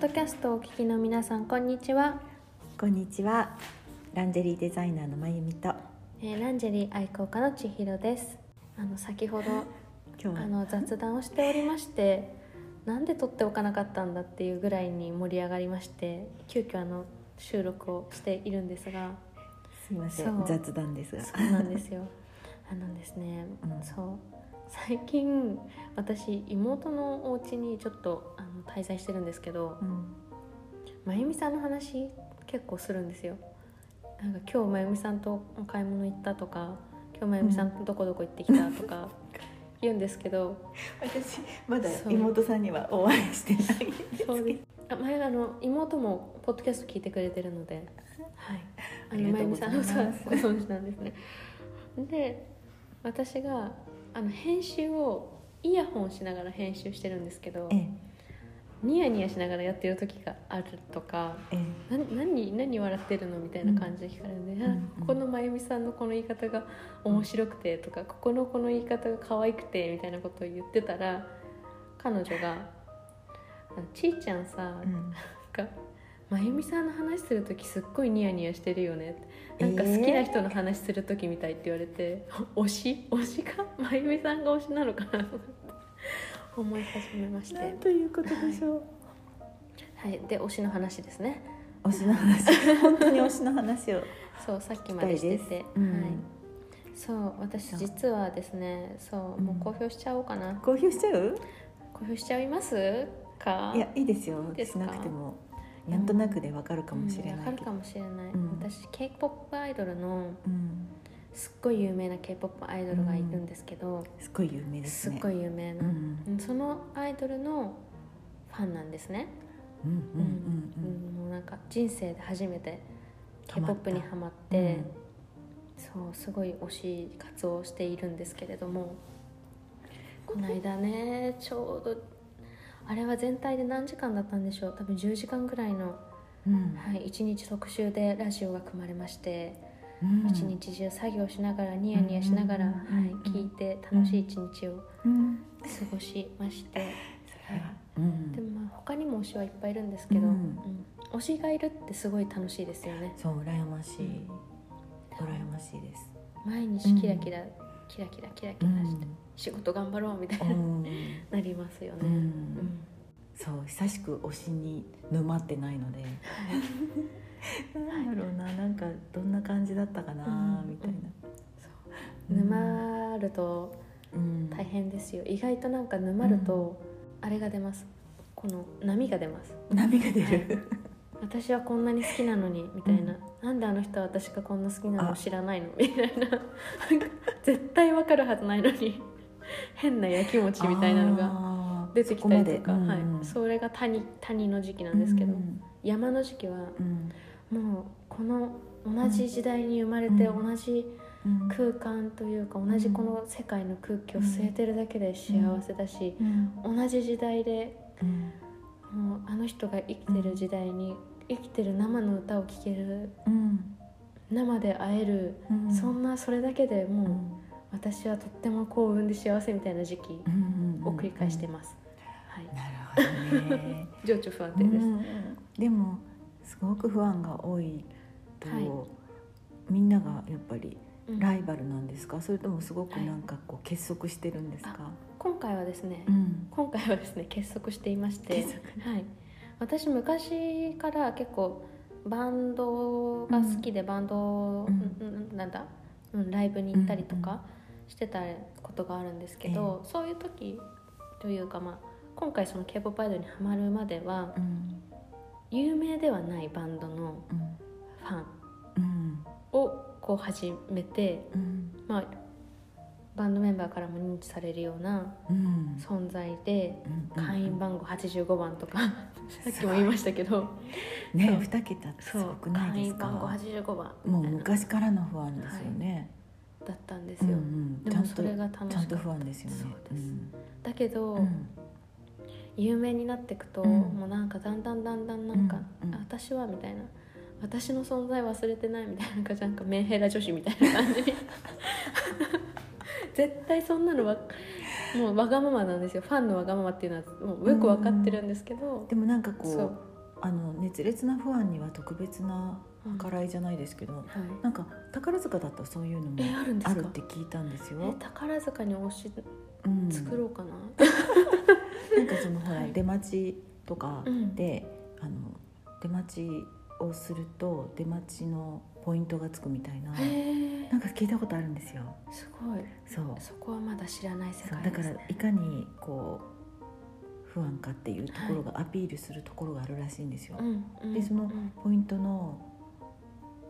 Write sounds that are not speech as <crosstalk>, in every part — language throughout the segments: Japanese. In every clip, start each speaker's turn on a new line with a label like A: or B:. A: ドキャストをお聞きの皆さんこんにちは、
B: こんにちは。ランジェリーデザイナーのまゆみと
A: えーランジェリー愛好家の千尋ですあの先ほど
B: 今日
A: あ
B: は
A: の雑談をしておりましてなんで撮っておかなかったんだっていうぐらいに盛り上がりまして急遽あの収録をしているんですが
B: すみませ
A: そうん
B: 雑談ですが、
A: そうなんですよ <laughs> あのですね、
B: うん
A: そう最近私妹のお家にちょっとあの滞在してるんですけど、
B: <laughs> うん、
A: まゆみさんの話結構するんですよなんか今日まゆみさんとお買い物行ったとか今日まゆみさんとどこどこ行ってきたとか言うんですけど
B: 私まだ
A: そう
B: 妹さんにはお会いしてない。
A: そうですあ前あの妹もポッドキャスト聞いてくれてるのではいあ
B: あ
A: の
B: りが
A: ま
B: と
A: ゆ
B: うご
A: み
B: ざ
A: さ
B: い
A: んの
B: ます
A: そうご存知なんですねで私があの編集をイヤホンしながら編集してるんですけど
B: ええ
A: ニヤニヤしながらやってる時があるとか
B: ええ
A: な何何笑ってるのみたいな感じで聞かれるね、
B: うん
A: あ
B: うん
A: ここのまゆみさんのこの言い方が面白くてとか、ここのこの言い方が可愛くてみたいなことを言ってたら彼女があの「ちーちゃんさ、
B: うん
A: なんかまゆみさんの話する時すっごいニヤニヤしてるよね」ってなんか
B: えー
A: 好きな人の話する時みたいって言われて「推し推しかまゆみさんが推しなのかな」と思い始めまし
B: なん
A: て、
B: ということでしょ <laughs> う。
A: はい、で推しの話ですね
B: 推しの話、本当に推しの話を
A: そうさっき
B: し
A: ま
B: た
A: で
B: い
A: して
B: です。
A: て、
B: うん
A: はい。そう私
B: そう
A: 実はですねそう
B: うん
A: もう公表しちゃおうかな、
B: 公表しちゃう？
A: 公表しちゃいますか
B: いやいいですよ。
A: です
B: し
A: か
B: なくてもなんとなくでわかるかもしれ
A: うんわ
B: な
A: か
B: い
A: る
B: け
A: か
B: ど。
A: もしれない、
B: うん
A: 私 k p o p アイドルの
B: うん、
A: すっごい有名な k p o p アイドルがいるんですけど、
B: すごい有名です
A: す
B: ね。
A: っごい有名な
B: う、ん
A: うんそのアイドルのファンなんですね、
B: うんうん
A: う
B: うん
A: うんもうなんか人生で初めて k p
B: ハマ
A: o
B: った
A: p にハマっ
B: うん。
A: て、そうすごい推し活動をしているんですけれどもこの間ねちょうどあれは全体で何時間だったんでしょう多分10時間ぐらいの、
B: うんうん
A: はい、1日特集でラジオが組まれまして、
B: うん
A: 一日中作業しながらニヤニヤしながら、
B: うん
A: はい、聞いて楽しい一日を過
B: うん
A: ごしまして、
B: う
A: はい、で
B: ん、
A: もまあ他にも推しはいっぱいいるんですけど、
B: うん
A: うん推しがいるってすごい楽しいですよね。
B: そう羨ましい羨ましいです。
A: 毎日キラキラ、キラキラキラキラして、仕事頑張ろうみたいな、
B: うん
A: なりますよね、
B: うん
A: うん
B: そう久しく推しに沼ってないので。なんだろうななんかどんな感じだったかな
A: うん
B: みたいな。うん
A: 沼ると
B: うん
A: 大変ですよ意外となんか沼るとあれが出ますこの波が出ます
B: 波が出る。
A: 私はこんなに好きなのにみたいな、なんであの人は私がこんな好きなのを知らないのみたいななんか絶対わかるはずないのに変なやきもちみたいなのが
B: が
A: 出てきたりとか
B: そこま
A: はい
B: でうん、
A: それが谷谷の時期なんですけど、
B: うん
A: 山の時期は
B: うん
A: もうこの同じ時代に生まれて
B: う
A: 同じ
B: うん
A: 空間というか同じこの世界の空気を吸えてるだけで幸せだし、
B: うん
A: 同じ時代で
B: うん
A: もうあの人が生きてる時代に生きてる生の歌を聴ける
B: うん
A: 生で会える、
B: うん
A: そんなそれだけで
B: う
A: もうん私はとっても幸運で幸せみたいな時期
B: うん
A: を繰り返して
B: ま
A: ます、はい、
B: す。なるほどね。
A: 情緒不安定です、
B: うんでもすごく不安が多いと、
A: はい
B: みんながやっぱり
A: うん
B: ライバルなんですか、それともすごくなんかこう結束してるんですか、
A: 今回はですね、
B: うん
A: 今回はですね結束していまして
B: 結束
A: はい、私昔から結構バンドが好きでバンド、
B: うん
A: うんなんだ、うん、ライブに行ったりとかしてたことがあるんですけど、そういう時というか、まあ、今回その k p o p アイドルにハマるまでは
B: うん
A: 有名ではないバンドの
B: うん
A: ファン
B: うん
A: をこう始めて、
B: うん
A: まあ、バンドメンバーからも認知されるような
B: うん
A: 存在で。
B: うん
A: 会員番号85番とかさっきも言いましたけど
B: ね
A: そう
B: 二桁ってす
A: そ
B: ご
A: う
B: くない
A: 会
B: です
A: 員番号
B: か
A: 85番
B: もう
A: みたい
B: 昔からの不安ですよね、
A: なだったんです
B: う
A: よ、
B: んうん
A: で
B: ちゃ
A: も
B: ん
A: そ
B: と
A: れが楽し
B: ち
A: か
B: ゃ
A: っ
B: ん
A: た
B: と不安ですよね
A: そうです
B: ん
A: だけど、
B: うん
A: 有名になってくと、
B: うん
A: もうなんかだんだんだんだんなんか、
B: うんうん
A: あ私はみたいな私の存在忘れてないみたいななんかなんかメンヘラ女子みたいな感じに絶対そんなのはもうわがままなんですよファンのわがままっていうのはもうよく分かってるんですけど、
B: でもなんかこ
A: そう
B: うあの熱烈なファンには特別な計らいじゃないですけど、
A: はい
B: なんか宝塚だったらそういうのも
A: えあるんです
B: あ
A: か
B: るって聞いたんです
A: え
B: よ。
A: 宝塚に推し
B: うん、
A: 作ろうかな、
B: なんかそのほら、
A: はい
B: 出待ちとか
A: うん
B: で、あの出待ちをすると出待ちのポイントがつくみたいな、
A: へえ
B: なんか聞いたことあるんですよ。
A: すごい
B: そう
A: そこはまだ知らない世
B: そう
A: 界
B: だ
A: で
B: か
A: す、
B: ら
A: ね、
B: いかにこう不安かっていうところがアピールするところがあるらしいんですよ。
A: うんうん
B: でその
A: うん
B: ポイントの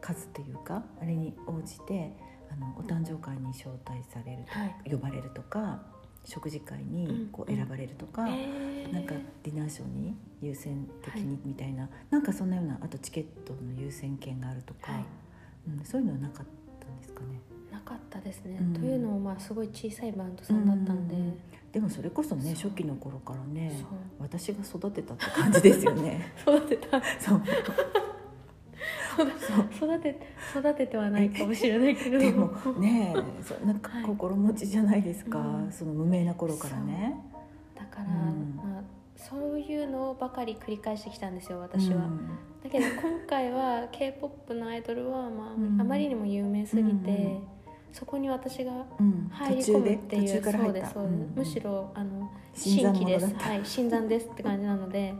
B: 数っていうかあれに応じてあのお誕生会に招待されると
A: はい
B: 呼ばれるとか食事会
A: うん
B: にこう
A: うん
B: 選ばれるとか、
A: えー
B: なんかディナーショーに優先的
A: は
B: にみたいな、なんかそんなようなあとチケットの優先権があるとか、
A: はい
B: うん、そういうのはなかったんですかね。
A: なかったですね、
B: うん
A: というのもまあすごい小さいバンドさんだったんで、
B: うでもそれこそね
A: そう
B: 初期の頃からね
A: そう
B: 私が育てたって感じです
A: <laughs>
B: よね。
A: 育てた
B: そう
A: 育て育ててはないかもしれないけれ
B: で
A: ど
B: もねえそなんか
A: はい
B: 心持ちじゃないですか、
A: うん
B: その無名な頃からね。
A: だから、
B: うん
A: まあ、そういうのばかり繰り返してきたんですよ私は、
B: うん
A: だけど今回は k p o p のアイドルは、まあ
B: うん
A: あまりにも有名すぎて、
B: うん
A: そこに私が
B: うん
A: 入り
B: 途
A: 込
B: 中
A: む
B: で
A: っていう
B: 途中から入った
A: そうですそうです
B: うん
A: むしろあの
B: 新
A: 新
B: 参
A: 規
B: 者
A: で
B: だっ
A: す
B: た
A: はい新参ですって感じなの
B: <laughs>
A: で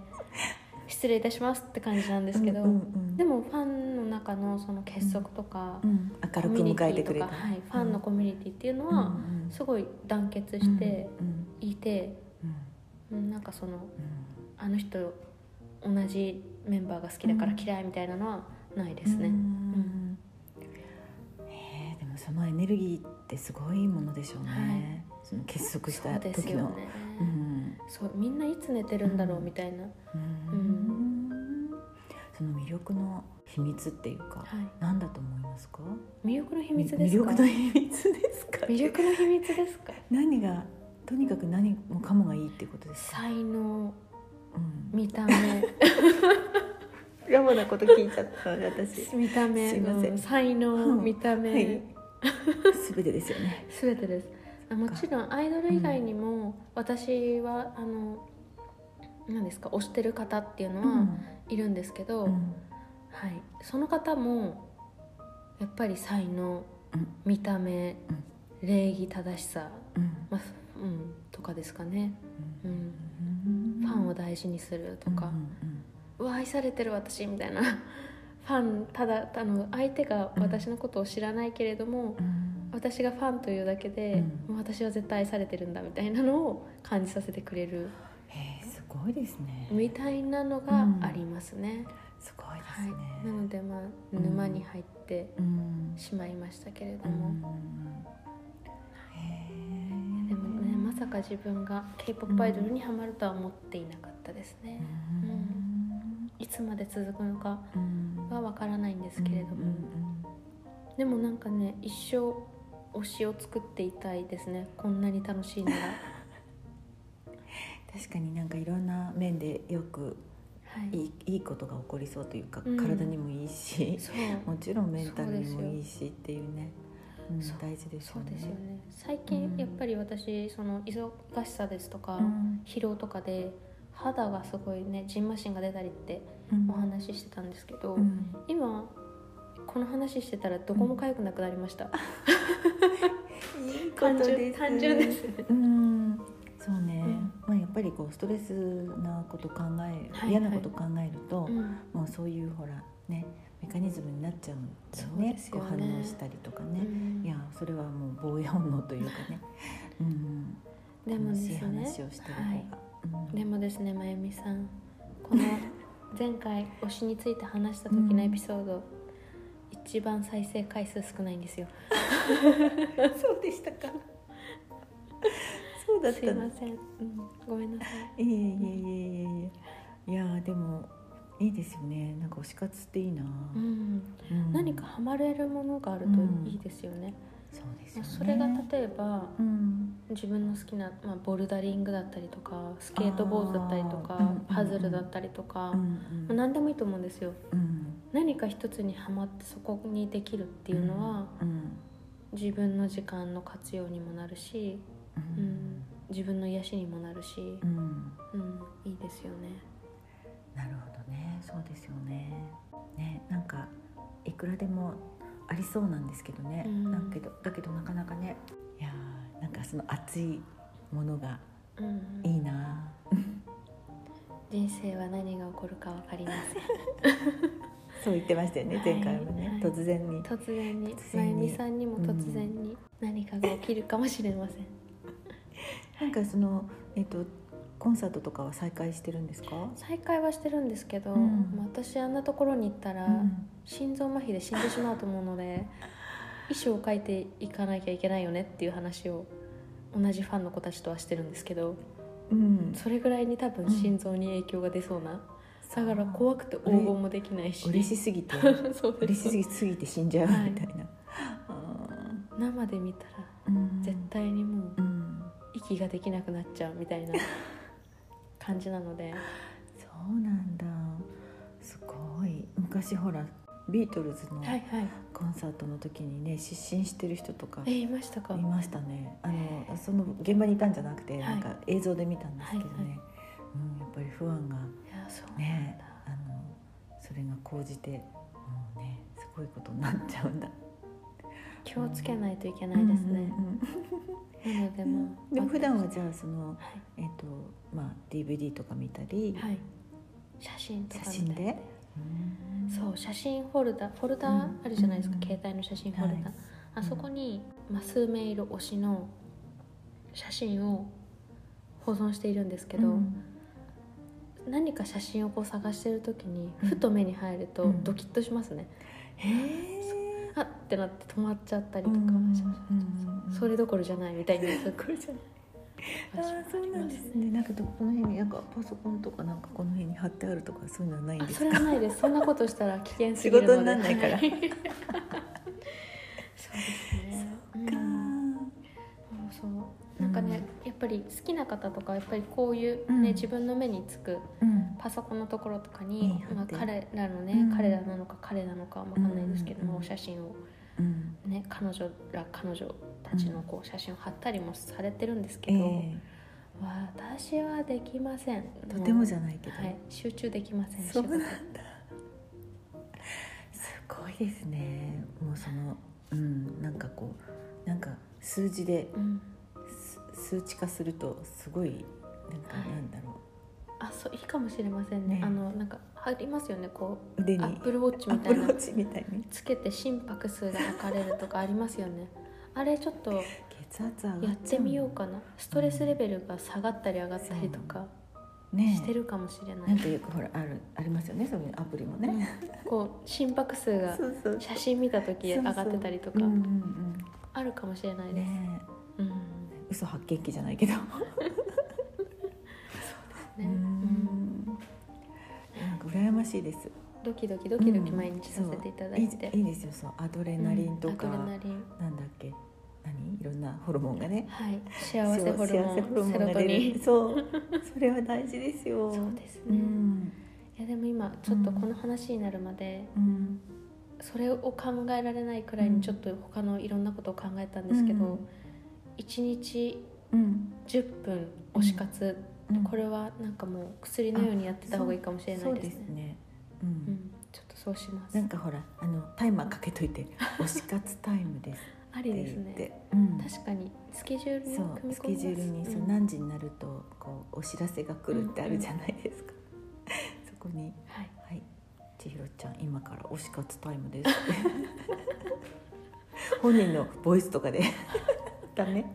A: 失礼いたしますって感じなんですけど、
B: うんうんうん
A: でもファンの中のその結束とか、
B: うん
A: コ
B: 明るく
A: ミュニテ
B: 迎え
A: ィ
B: て
A: と
B: くれ
A: か、
B: た、
A: はい、ファンのコミュニティっていうのは
B: うん
A: すごい団結して
B: うん
A: いて、
B: うん
A: うんなんかその
B: うん
A: あの人同じメンバーが好きだから嫌いみたいなのはないですね。
B: うんねえでもそのエネルギーってすごいものでしょうね、その結束し
A: そ
B: た
A: うです
B: 時
A: よ
B: の、
A: ね、
B: うん
A: そうみんないつ寝てるんだろう
B: うん
A: みたいな、
B: うんその魅力の秘密っていうか、
A: はい、
B: 何だと思いますか
A: 魅力の秘密で
B: み
A: す
B: 魅
A: か
B: 力の秘密ですか
A: 魅力の秘密ですか
B: 何がとにかく何もかもがいいっていうことですか、
A: 才能
B: うん、
A: 見た
B: <laughs>
A: 目
B: ラボなこと聞いちゃった私
A: 見た目
B: すいません
A: うん才能
B: うん
A: 見た目、
B: はい全てですよね
A: 全てですあもちろんアイドル以外にも私はあの何ですか推してる方っていうのはいるんですけど、
B: うんうん
A: はい、その方もやっぱり才能
B: うん
A: 見た目、
B: うん
A: 礼儀正しさ、
B: うん
A: まあうん、とかですかね、う
B: うん
A: ん、
B: うん
A: ファンを大事にするとか
B: うん、うん
A: うわ愛されてる私みたいな <laughs> ファンただあの相手が私のことを知らないけれども、
B: うん
A: 私がファンというだけで、
B: う
A: もう私は絶対愛されてるんだみたいなのを感じさせてくれる
B: へえすごいですね
A: みたいなのがありますね、
B: すごいで
A: は
B: す
A: い
B: ね、
A: なのでまあ
B: うん
A: 沼に入って
B: うん
A: しまいましたけれど
B: う
A: も、
B: んへえ
A: でもねまさか自分が k p o p アイドルにはまるとは思っていなかったですね
B: う、ん
A: いつまで続くのか
B: うん
A: はわからないんですけれども、
B: うん
A: でもなんかね一生推しを作っていたいですねこんなに楽しいなら
B: <laughs>
A: は
B: 確かになんかいろんな面でよく
A: い
B: いいいいことが起こりそうというか、
A: うん
B: 体にもいいし
A: そう
B: もちろんメンタルに
A: そう
B: も
A: ですよ
B: いいしっていうね、うん、
A: そう
B: 大事です
A: そう
B: よね。
A: ですよね最
B: う
A: 近
B: ん
A: やっぱり私その忙しさですとか、
B: うん
A: 疲労とかで肌がすごいねじんましんが出たりって
B: うん
A: お話ししてたんですけど、
B: うん
A: 今この話してたらどこも痒くなくなりました、
B: いいこと
A: 単
B: で
A: 純
B: す
A: 単純
B: <laughs>
A: ですね
B: うんそうね、
A: うん
B: まあ、やっぱりこうストレスなこと考え、
A: はい
B: 嫌なこと考えると、
A: うん
B: もうそういうほらねメカニズムになっちゃうんだよ
A: そう
B: ね
A: です
B: こ
A: よ
B: う
A: ね
B: 反応したりとかね、
A: うん
B: いやそれはもう防衛本能というか
A: <laughs>
B: ね、うん、
A: でもですね
B: 楽しい話をしてる方が、
A: はい
B: うん
A: でもですねまゆみさんこ
B: <laughs>
A: の前回推しについて話した時のエピソード、一番再生回数少ないんですよ
B: <laughs> そうでした
A: <laughs>
B: か。そうだっ
A: す
B: た
A: い
B: の。
A: ません、うん、ごめんなさい
B: いえいえいえいえいえ。いやーでもいいですよね。なんか推し活っていいな。
A: うん、
B: うん
A: 何かハマれるものがある
B: うん
A: といいですよね、
B: そうですよね。
A: それが例えば
B: うん
A: 自分の好きな、まあ、ボルダリングだったりとかスケートボードだったりと
B: あーうんうん
A: か
B: うん
A: パズルだったりとか、
B: う
A: ま
B: ん
A: あ何でもいいと思うんですよ
B: うん
A: 何か一つにはまってそこにできるっていうのは、
B: うん
A: 自分の時間の活用にもなるし、
B: う
A: うんん、自分の癒しにもなるし
B: う、ん
A: うん、いいですよね。
B: なるほどねそうですよねねなんかいくらでもありそうなんですけどね、
A: うん
B: なんけどだけどなかなかねいやーなんかその熱いものが
A: うん
B: いいなあ
A: 人生は何が起こるか分かりま
B: <laughs>
A: せん
B: そう言ってましたよね
A: はい
B: 前回もね、
A: はい
B: 突然に
A: 突然に
B: 突
A: まゆ
B: 然に
A: みさんにも突然に何かが起きるかもしれません
B: なんかそのえっ、とコンサートとかは再開してるんですか、
A: 再開はしてるんですけど、
B: うん
A: まあ私あんなところに行ったら、
B: うん
A: 心臓麻痺で死んでしまうと思うので <laughs> 衣装を書いていかなきゃいけないよねっていう話を同じファンの子たちとはしてるんですけど
B: うん、
A: それぐらいに多分心臓に影響が出そうな、だから怖くて応募もできないし
B: 嬉しすぎて
A: <laughs> そうです
B: 嬉しすぎすぎて死んじゃうみ
A: はい
B: たいな、あ
A: 生で見たら
B: ーうん
A: 絶対にもう
B: うん
A: 息ができなくなっちゃうみたいな感じなので
B: そうなんだすごい昔ほらビートルズの
A: はいはい
B: コンサートの時にね失神してる人とか
A: え
B: い
A: いましたか
B: ましたねあのその現場にいたんじゃなくて、
A: い
B: なんか映像で見たんですけどね、
A: はいはい
B: うん、やっぱり不安が
A: いやそうなんだ、
B: ねあのそれが高じてもうねすごいことになっちゃうんだ
A: 気をつけないといけないですね、
B: うんうん
A: なので
B: うん
A: まあ
B: でも普段はじゃあその、
A: は
B: えっとまあ、DVD とか見たり、
A: い、はい、写真とか
B: 写
A: みたい
B: 真
A: な
B: で、うん
A: そう写真フォルダフォルダ
B: うん
A: あるじゃないですか、
B: うん
A: 携帯の写真フォルダ、
B: はい
A: あそこに、まあ、数名いる推しの写真を保存しているんですけど、
B: うん
A: 何か写真をこう探してる時に
B: うん
A: ふと目に入ると
B: うん
A: ドキッとしますね、
B: へえ
A: あってなって止まっちゃったりとか、
B: うんうんうん
A: それどころじゃないみたいなそれどころじゃ
B: あ
A: ない
B: ーそうなんですね。なんかどこの辺になんかパソコンとかなんかこの辺に貼ってあるとかそういうのはないん
A: あ
B: で
A: そ
B: す
A: れは
B: か。
A: ないですそんなことしたら危険すぎるので
B: 仕事になんないから
A: はいそうですね
B: か
A: うんそうそうなんかね、やっぱり好きな方とかやっぱりこういう、ね
B: うん
A: 自分の目につく
B: うん
A: パソコンのところとか
B: いい
A: に
B: 発、展
A: まあ、彼らのね、
B: うん
A: 彼らなのか彼なのかわかんないですけども、
B: うん
A: お写真を、
B: うん。
A: ね、彼女ら彼女たちのこう写真を貼ったりもされてるんですけ
B: え
A: ど、
B: え
A: 私はできません
B: とてもじ
A: ゃ
B: ゃないけど。
A: はい、集中できません
B: そうな
A: 仕
B: ん
A: 事
B: だ。すごいですね。もうそのうんなんかこうなんか数字で
A: うん、
B: す数値化するとすごいなんか
A: はい
B: なんだろ
A: あそういいかもしれませんね
B: ね
A: あのなんかありますよねこ
B: う腕
A: う
B: に
A: ア
B: ア
A: ップルウォッチみ
B: ッ
A: た
B: プ
A: い
B: ルウ
A: な
B: ォッチみたいに
A: つけて心拍数が測れるとかありますよねあれちょっと
B: 血圧上がっちゃうの
A: やってみようかなストレスレベルが下がったり上がったりとか
B: ねえ
A: してるかもしれない、
B: なんかよくほらあるありますよねそういうアプリもね。
A: こう心拍数が
B: そうそう
A: 写真見た時上がってたりとか
B: うんうん
A: あるかもしれな
B: う
A: い
B: ん、
A: です、
B: ね
A: うんね
B: え嘘発見器じゃないけど、う
A: うん
B: んなんか羨ましいです
A: ドキドキドキドキ毎日させていただいて、
B: うんそういいいいですよそうアドレナリンとか、
A: うんアドレナリン
B: なんだっけ何いろんなホルモンがね
A: はい幸せホルモン
B: 幸せホルモン
A: セロ
B: が
A: ト
B: 出
A: ニ
B: る
A: ン
B: そうそれは大事ですよ
A: そうですね
B: ん
A: いやでも今ちょっとこの話になるまで、
B: うん
A: それを考えられないくらいにちょっと他のいろんなことを考えたんですけ
B: う
A: ど、
B: ん
A: 一1日
B: うん
A: 10分推し活、
B: うん
A: これはなんかもう薬のようにやってた方がいいかもしれない
B: そう
A: で
B: ですす
A: ね
B: ねうん、
A: うん、ちょっとそうします
B: なんかほらあのタイマーかけといて推し活タイムです
A: あ
B: っ
A: り
B: て
A: です
B: 言っ
A: ね
B: て、うん
A: 確かにスケジュールに
B: そ
A: 組
B: う
A: み
B: スケジュ
A: 込
B: ール
A: み
B: に
A: ます
B: そう
A: うん
B: 何時になるとこうお知らせが来るってあるじゃないですか、 <laughs> そこに
A: はい
B: 「はい千尋ちゃん今から推し活タイ
A: <laughs>
B: ムです」って本人のボイスとか
A: <laughs>
B: でだね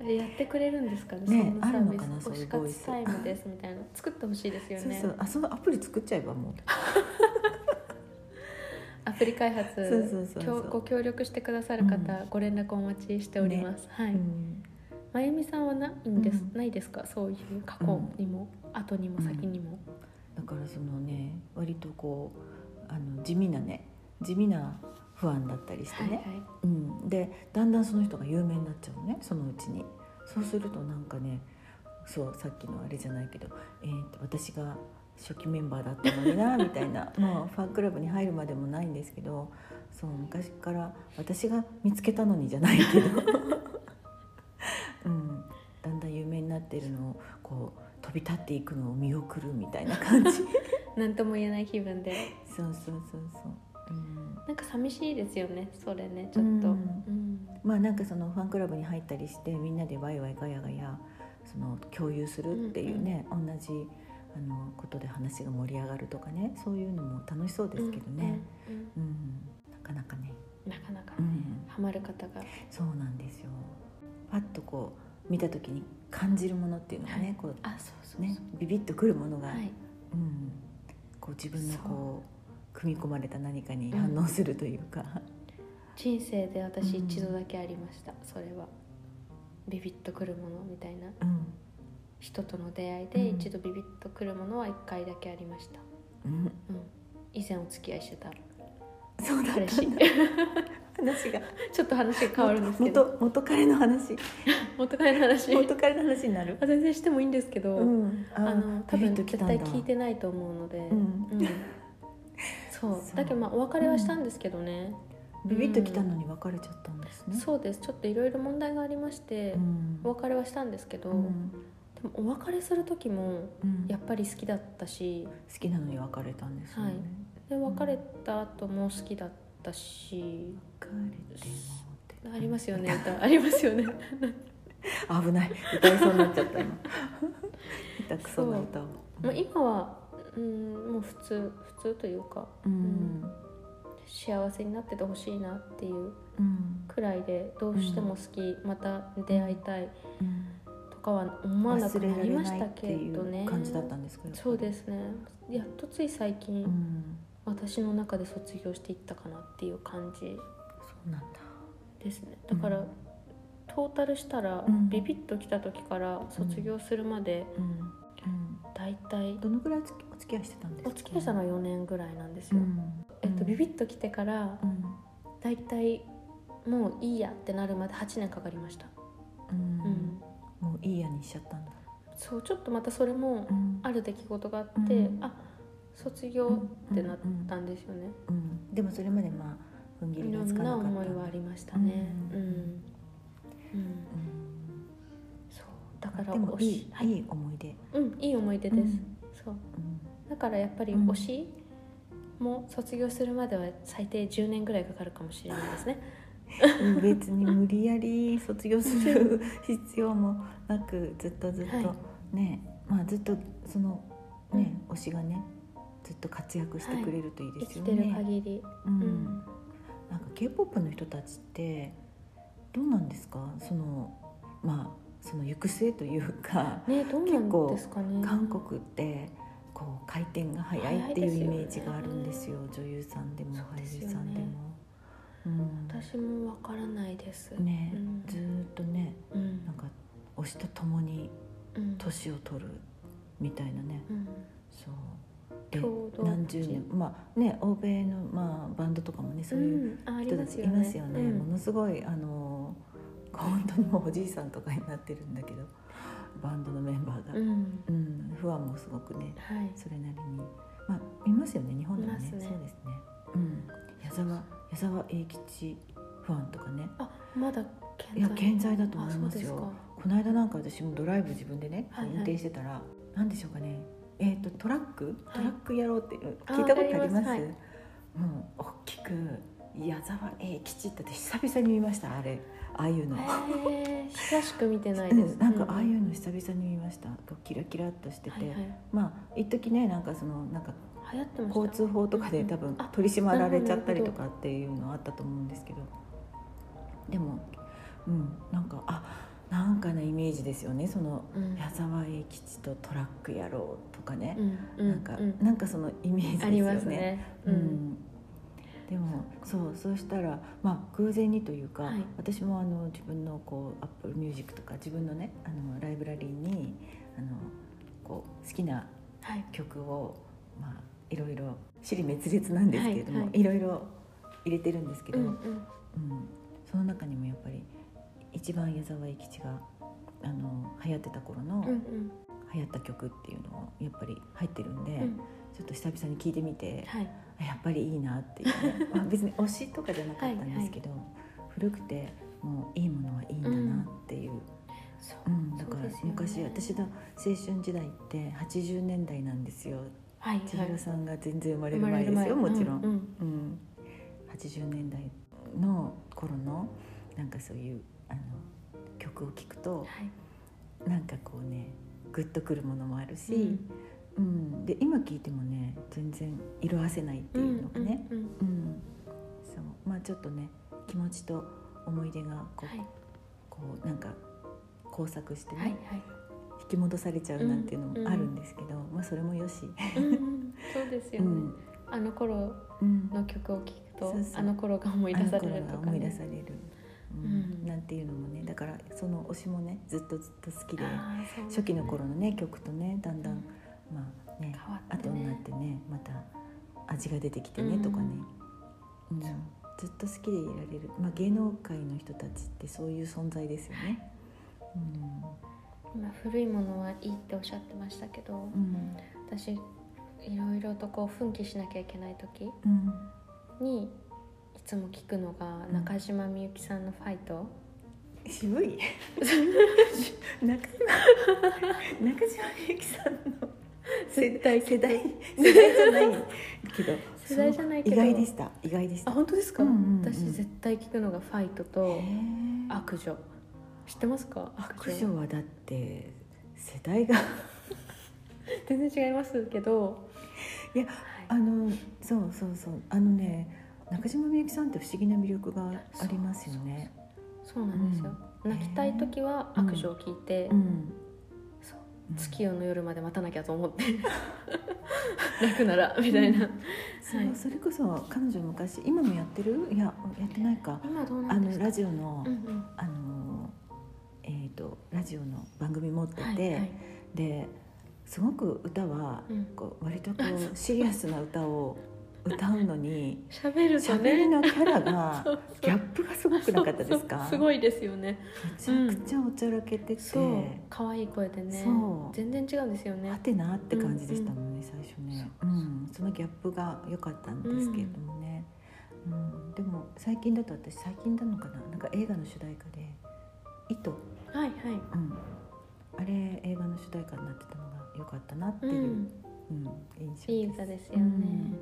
A: えやってくれるんですかね
B: ね
A: そんなサービス
B: あるのかなそうい
A: 推
B: う
A: し活タイムですみたいな作ってほしいですよ
B: そう
A: ね
B: そうあそのアプリ作っちゃえばもう
A: アプリ開発
B: そうそうそうそう
A: きょご協力してくださる方、
B: うん
A: ご連絡お待ちしております、はい、
B: うん
A: まゆみさんはないんです、
B: うん
A: ないですかそういう過去にも、後にも先にも、
B: だからそのね割とこうあの地味なね地味な不安だったりして
A: はい
B: ね、
A: はい
B: うん、でだんだんその人が有名になっちゃうのねそのうちにそうするとなんかねそうさっきのあれじゃないけど、えーと私が初期メンバーだったのになみたいな <laughs> まあファンクラブに入るまでもないんですけどそう昔から私が見つけたのにじゃないけど、 <laughs> うん、だんだん有名になってるのをこう飛び立っていくのを見送るみたいな感じ <laughs>
A: 何とも言えない気分で
B: そうそうそうそう、うん、
A: なんか寂しいですよねそれねちょっと、
B: う
A: うんん
B: まあなんかそのファンクラブに入ったりしてみんなでワイワイガヤガヤその共有するっていうね、同じあのことで話が盛り上がるとかねそういうのも楽しそうですけどね、、
A: うんうん
B: うんなかなかね、
A: うんなかなか
B: うん、
A: ハマる方が
B: そうなんですよパッとこう見た時に感じるものっていうのがね、
A: はい
B: こ
A: あそうそうそう
B: うねビビッとくるものが、
A: はい
B: うん、こう自分のこう組み込まれた何かに
A: うん
B: 反応するというか、
A: 人生で私
B: うん
A: 一度だけありました、それはビビッとくるものみたいな
B: うん
A: 人との出会いで
B: うん
A: 一度ビビッとくるものは一回だけありました、
B: うん、
A: うん、以前お付き合いしてた <laughs>
B: そうだった
A: 彼
B: んだ
A: 氏
B: <laughs> 話が
A: ちょっと話変わるんですけど
B: 元元彼
A: <laughs>
B: の話
A: 元彼の話
B: 元彼の話になる
A: あ全然してもいいんですけど、
B: んあ
A: あの多分
B: ビビッと
A: 絶
B: きたんだ
A: 対聞いてないと思うので、
B: <laughs> う
A: う
B: ん
A: んそう
B: そう
A: だけどまあお別れはしたんですけどね、
B: ビビッときたのに別れちゃったんですね、
A: そうですちょっといろいろ問題がありまして、
B: ん
A: お別れはしたんですけど、
B: うん
A: でもお別れする時も
B: うん
A: やっぱり好きだったし
B: 好きなのに別れたんですよね、
A: はいで別れた後も好きだったし、
B: 別れてもって
A: ありますよね歌あります
B: <laughs>
A: よね
B: 危ない歌いそうになっちゃった今下手くそな歌を
A: もう今はうんもう普通普通というか
B: うん
A: 幸せになっててほしいなっていう
B: うん
A: くらいでどうしても好き、また出会いたいとかは思わなく
B: 忘れ
A: な
B: ら
A: り
B: れ
A: ま
B: な
A: し
B: い
A: た
B: って
A: け
B: い
A: どね
B: う感じだったんですけど、
A: そうですすねやっとつい最近、
B: うん、
A: 私の中で卒業していったかなっていう感じ
B: そうなんだ
A: ですねだから、
B: うん
A: トータルしたら、
B: うん
A: ビビッときた時から卒業するまで
B: うんうん
A: 大体
B: どのくらいつきお付き合いしてたんですか
A: お付き合いしたのは4年ぐらいなんです
B: う
A: よ、
B: ん
A: えっ
B: う
A: と、
B: ん
A: ビビッときてから
B: うん
A: 大体もういいやってなるまで8年かかりました、
B: う
A: うん
B: んもういいやにしちゃったんだ
A: そうちょっとまたそれも
B: うん
A: ある出来事があって、
B: うん
A: あ卒業ってなったんですよね、
B: うんでもそれまでまあ踏ん切り
A: いろ
B: がつ
A: ん
B: かな
A: な
B: かった
A: 思いはありましたね
B: う
A: うんん、うん
B: うん
A: そうだから
B: でも
A: 推
B: い
A: し
B: い
A: はい
B: いい思い出
A: うん、いい思い出です、そう
B: うん
A: だからやっぱり
B: うん
A: 推しも卒業するまでは最低10年ぐらいかかるかもしれないですね
B: うん別に無理やり卒業する <laughs> 必要もなくずっとずっと、
A: は
B: ねまあずっとそのね、推しがねずっと活躍してくれるといい
A: 生
B: です
A: き
B: よ
A: て
B: ね。
A: る限り、
B: う
A: うんん
B: なんか K-POP の人たちってどうなんですかそのまあその行く末というか
A: ねどうなんですかね
B: 韓国ってこう回転が早いって
A: 早いで
B: いう
A: す
B: イ
A: よ
B: メ
A: ね
B: ージがあるんですよ女優さんでも
A: そう
B: 俳
A: ですよね
B: 優さんでも。うん
A: 私もわからないです
B: ね
A: うん
B: ずーっとね
A: うん
B: なんか推しと共に
A: うん
B: 年を取るみたいなね
A: うん
B: そうで
A: 共同
B: 何十年まあね欧米の、まあ、バンドとかもねそういう
A: うんああり
B: 人た
A: ま
B: ち
A: す
B: い
A: よ
B: ますよ
A: う
B: ね、も
A: ん
B: のすごいあの本当にもうおじいさんとかになってるんだけどバンドのメンバーが、う
A: うんん
B: 不安もすごくね
A: はい
B: それなりにまあ見ますよね日本でもね
A: いますね
B: そうですね、うん、矢沢矢沢永吉不安とかね
A: あまだ
B: いや
A: 健在
B: 健在だと思いま
A: あそう
B: す
A: ですか
B: よこの間なんか私もドライブ自分でね、
A: はいはい
B: 運転してたら何でしょうかねえー、とトラック
A: はい
B: トラックやろうっていう
A: あ
B: 聞いたことあります
A: わかります
B: もう大きく矢沢永吉って私久々に見ましたあれああいうの、
A: へえ親しく見てない
B: うん
A: です
B: なんかああいううの久々に見ましたこうキラキラっとしてて、
A: はいはい
B: まあ一時ねなんかそのなんか
A: 流行ってました
B: 交通法とかで多分
A: うんあ
B: 取り締まられちゃったり
A: な
B: と
A: るほ
B: かっていうのあったと思うんですけどでもうんなんかあなんかなイメージですよねその
A: うん
B: 矢沢永吉とトラック野郎とかね
A: う、んうん
B: なんか、
A: うん
B: なんかそのイメージです
A: あ
B: よ
A: り
B: ね。
A: ますね。
B: うんでもそうそうしたらまあ偶然にというか、
A: はい
B: 私もあの自分のこうアップルミュージックとか自分のねあのライブラリーにあのこう好きな
A: はい。
B: 曲を、まあ、いろいろ尻滅裂なんですけれども、
A: はい
B: い
A: は
B: ろいろ入れてるんですけど、
A: う
B: うんん
A: うん。
B: その中にもやっぱり一番矢沢永吉があの流行ってた頃の、
A: うんうん。
B: 流行った曲っていうのもやっぱり入ってるんで、
A: うん
B: ちょっと久々に聴いてみて、
A: はい。
B: あやっぱりいいなっていうね、
A: <laughs>
B: まあ、別に推しとかじゃなかったんですけど、古くてもういいものはいいんだなっていう。
A: そう
B: うん、だ
A: そう
B: から
A: ですよね
B: 昔、私の青春時代って80年代なんですよ
A: はい
B: 千
A: はい
B: 尋さんが全然生まれ
A: 生
B: る
A: ま
B: 前
A: れ
B: で
A: る
B: す
A: 前
B: よもちろん
A: う、ん
B: うん、80年代の頃のなんかそういうあの曲を聴く
A: うん
B: と
A: はい
B: なんかこうねグッとくるものもあるし、
A: うん
B: うんで今聴いてもね全然色あせないっていうのがね、
A: うんうん
B: うんそうまあちょっとね気持ちと思い出がこう,、
A: はい
B: こうなんか交錯してね、
A: はい
B: 引き戻されちゃうなんていうのもあるんですけど、まあそれもよし。
A: はいうんうんそうですよ
B: う
A: ね
B: ん
A: あの頃
B: うん
A: の曲を聴くと
B: そうそう
A: あの頃が思い出されると
B: あの頃が
A: か
B: 思い出
A: ね
B: される、うん
A: うん
B: なんていうのもねだからその推しもねずっとずっと好きで
A: あーそう
B: 初期の頃のね曲とねだんだん、
A: うん
B: まあね
A: 変わって
B: 後になっ
A: ね
B: てねまた味が出てきてね、とかね、うん、ずっと好きでいられる、まあ、芸能界の人たちってそういう存在ですよね。
A: 今古いものはいいっておっしゃってましたけど
B: うんうん
A: 私いろいろとこう奮起しなきゃいけない時
B: うん
A: にいつも聞くのが
B: うん
A: 中島みゆきさんの「ファイト」
B: 渋 <laughs> い中島中島みゆきさんの世代世代世代じゃないけど
A: 世代じゃないけど
B: そう意外でした意外でした
A: あ本当ですか、
B: うんうんうん
A: 私絶対聞くのが「ファイト」と
B: へ
A: 「
B: ー
A: 悪女」知ってますか
B: 悪女はだって世代が
A: 全然違いますけど
B: いや
A: はい
B: あのそうそうそうあのね中島みゆきさんって不思議な魅力がありますよね
A: そうなんですよ、
B: うん
A: 泣きたい時は悪女を聞いて、
B: うん
A: そう
B: うん
A: 月夜の夜まで待たなきゃと思って泣くならみたいな、
B: そう、
A: はい
B: それこそ彼女昔今もやってるいややってないか
A: 今どうな
B: あ
A: んで
B: の
A: すか
B: ラジオの、
A: うんうん
B: あのえー、とラジオの番組持ってて、
A: はいはい
B: ですごく歌は、
A: うん
B: こう割とこ
A: <laughs>
B: うシリアスな歌を歌うのに
A: 喋ると
B: 喋
A: ね
B: りのキャラが
A: <laughs> そうそう
B: ギャップがすごくなかったですか
A: そうすごいですよね
B: めちゃくちゃおちゃらけてて、
A: そう可愛い声でね
B: そう
A: 全然違うんですよ
B: は
A: ね
B: てなって感じでしたもんね、最初ね、
A: そううそうん
B: そのギャップが良かったんですけれどもね、うんでも最近だと私最近なのかななんか映画の主題歌で「糸」
A: はいはい
B: うん、あれ映画の主題歌になってたのが良かったなって
A: う
B: いう、
A: ん
B: うん印象です
A: いい歌ですよね、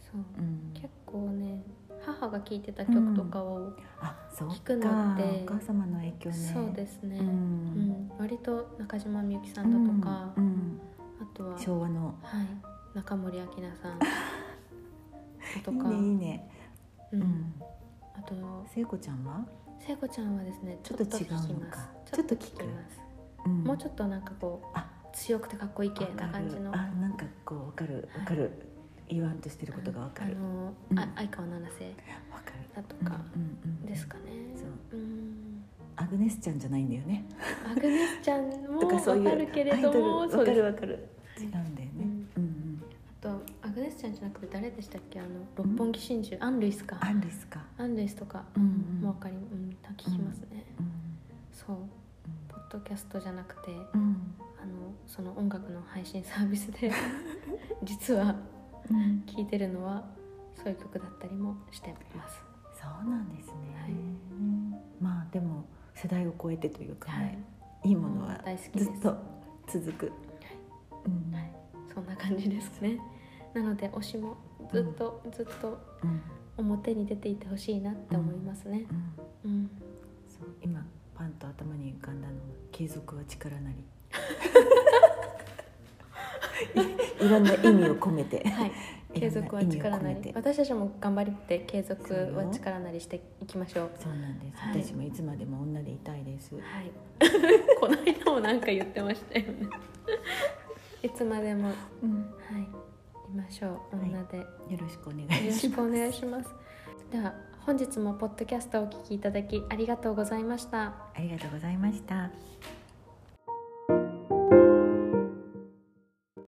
A: そう
B: うん
A: 結構ね母が聴いてた曲とかを、
B: あそうか
A: 聞くのって
B: お母様の影響ね
A: そうですね、
B: う
A: うん
B: ん
A: 割と中島みゆきさ
B: うん
A: だとか、
B: ん
A: あとは、
B: 昭和の
A: はい、中森明菜さ
B: <laughs>
A: んだと
B: いい
A: か
B: ねいいね、
A: う、
B: うんん、
A: あと
B: 聖子ちゃんは、
A: 聖子ちゃんはですね
B: ちょっと違うのか
A: ちょっと聞きます
B: ちょっと
A: 聞
B: 聞く
A: きます、
B: うん、
A: もうち
B: ょっ
A: ょっとなんかこう
B: あ
A: 強くてかっこいい系な感じの
B: あなんかこうわかるわかる、言わんとしてることがわかる
A: あの、
B: うん
A: あ相川七瀬
B: わかる
A: だとか
B: うんうんうん
A: ですかね、
B: そう
A: うん
B: アグネスちゃんじゃないんだよね
A: アグネスちゃんも
B: とかそう
A: わ
B: いう
A: かるけれども
B: アイ
A: そ
B: ドル
A: う
B: わか
A: ですあ
B: るわかる違うんだよね、うんうん
A: とアグネスちゃんじゃなくて誰でしたっけあの六本木真珠、アン・ルイスか
B: アンリスか
A: アン・ルイスとか、
B: うんうん
A: もうわかりうん聞きますね、
B: うん
A: そうポッドキャストじゃなくて
B: うん
A: あのその音楽の配信サービス
B: <laughs>
A: で実は
B: うん
A: 聴いてるのはそういう曲だったりもしてます
B: そうなんですね、
A: はい
B: まあでも世代を超えてというか、
A: はい
B: ねい、いものは
A: 大好きで
B: ず
A: す
B: っと続く、うん
A: はいそんな感じですねなので推しもずっと、ずっと
B: うん
A: 表に出ていてほしいなって思いますね
B: うん
A: うん、
B: そう今パンと頭に浮かんだのは継続は力なり <laughs> いいろんな意味を込めて、
A: はい
B: いろ
A: 継
B: んな
A: 続は力な
B: 意味を込め
A: り
B: て
A: 私たちも頑張って継続
B: そう
A: は
B: よ
A: 力なりしていきましょう
B: そうなんです、
A: はい
B: 私もいつまでも女でいたいです
A: はい <laughs> この間もなんか言ってましたよね <laughs> いつまでもはい
B: うん
A: いましょう
B: はい
A: 女で、
B: よろしくお願
A: よ
B: い
A: ろ
B: し
A: し
B: ます
A: くお願いします。では本日もポッドキャストをお聞きいただきありがとうございました。
B: ありがとうございました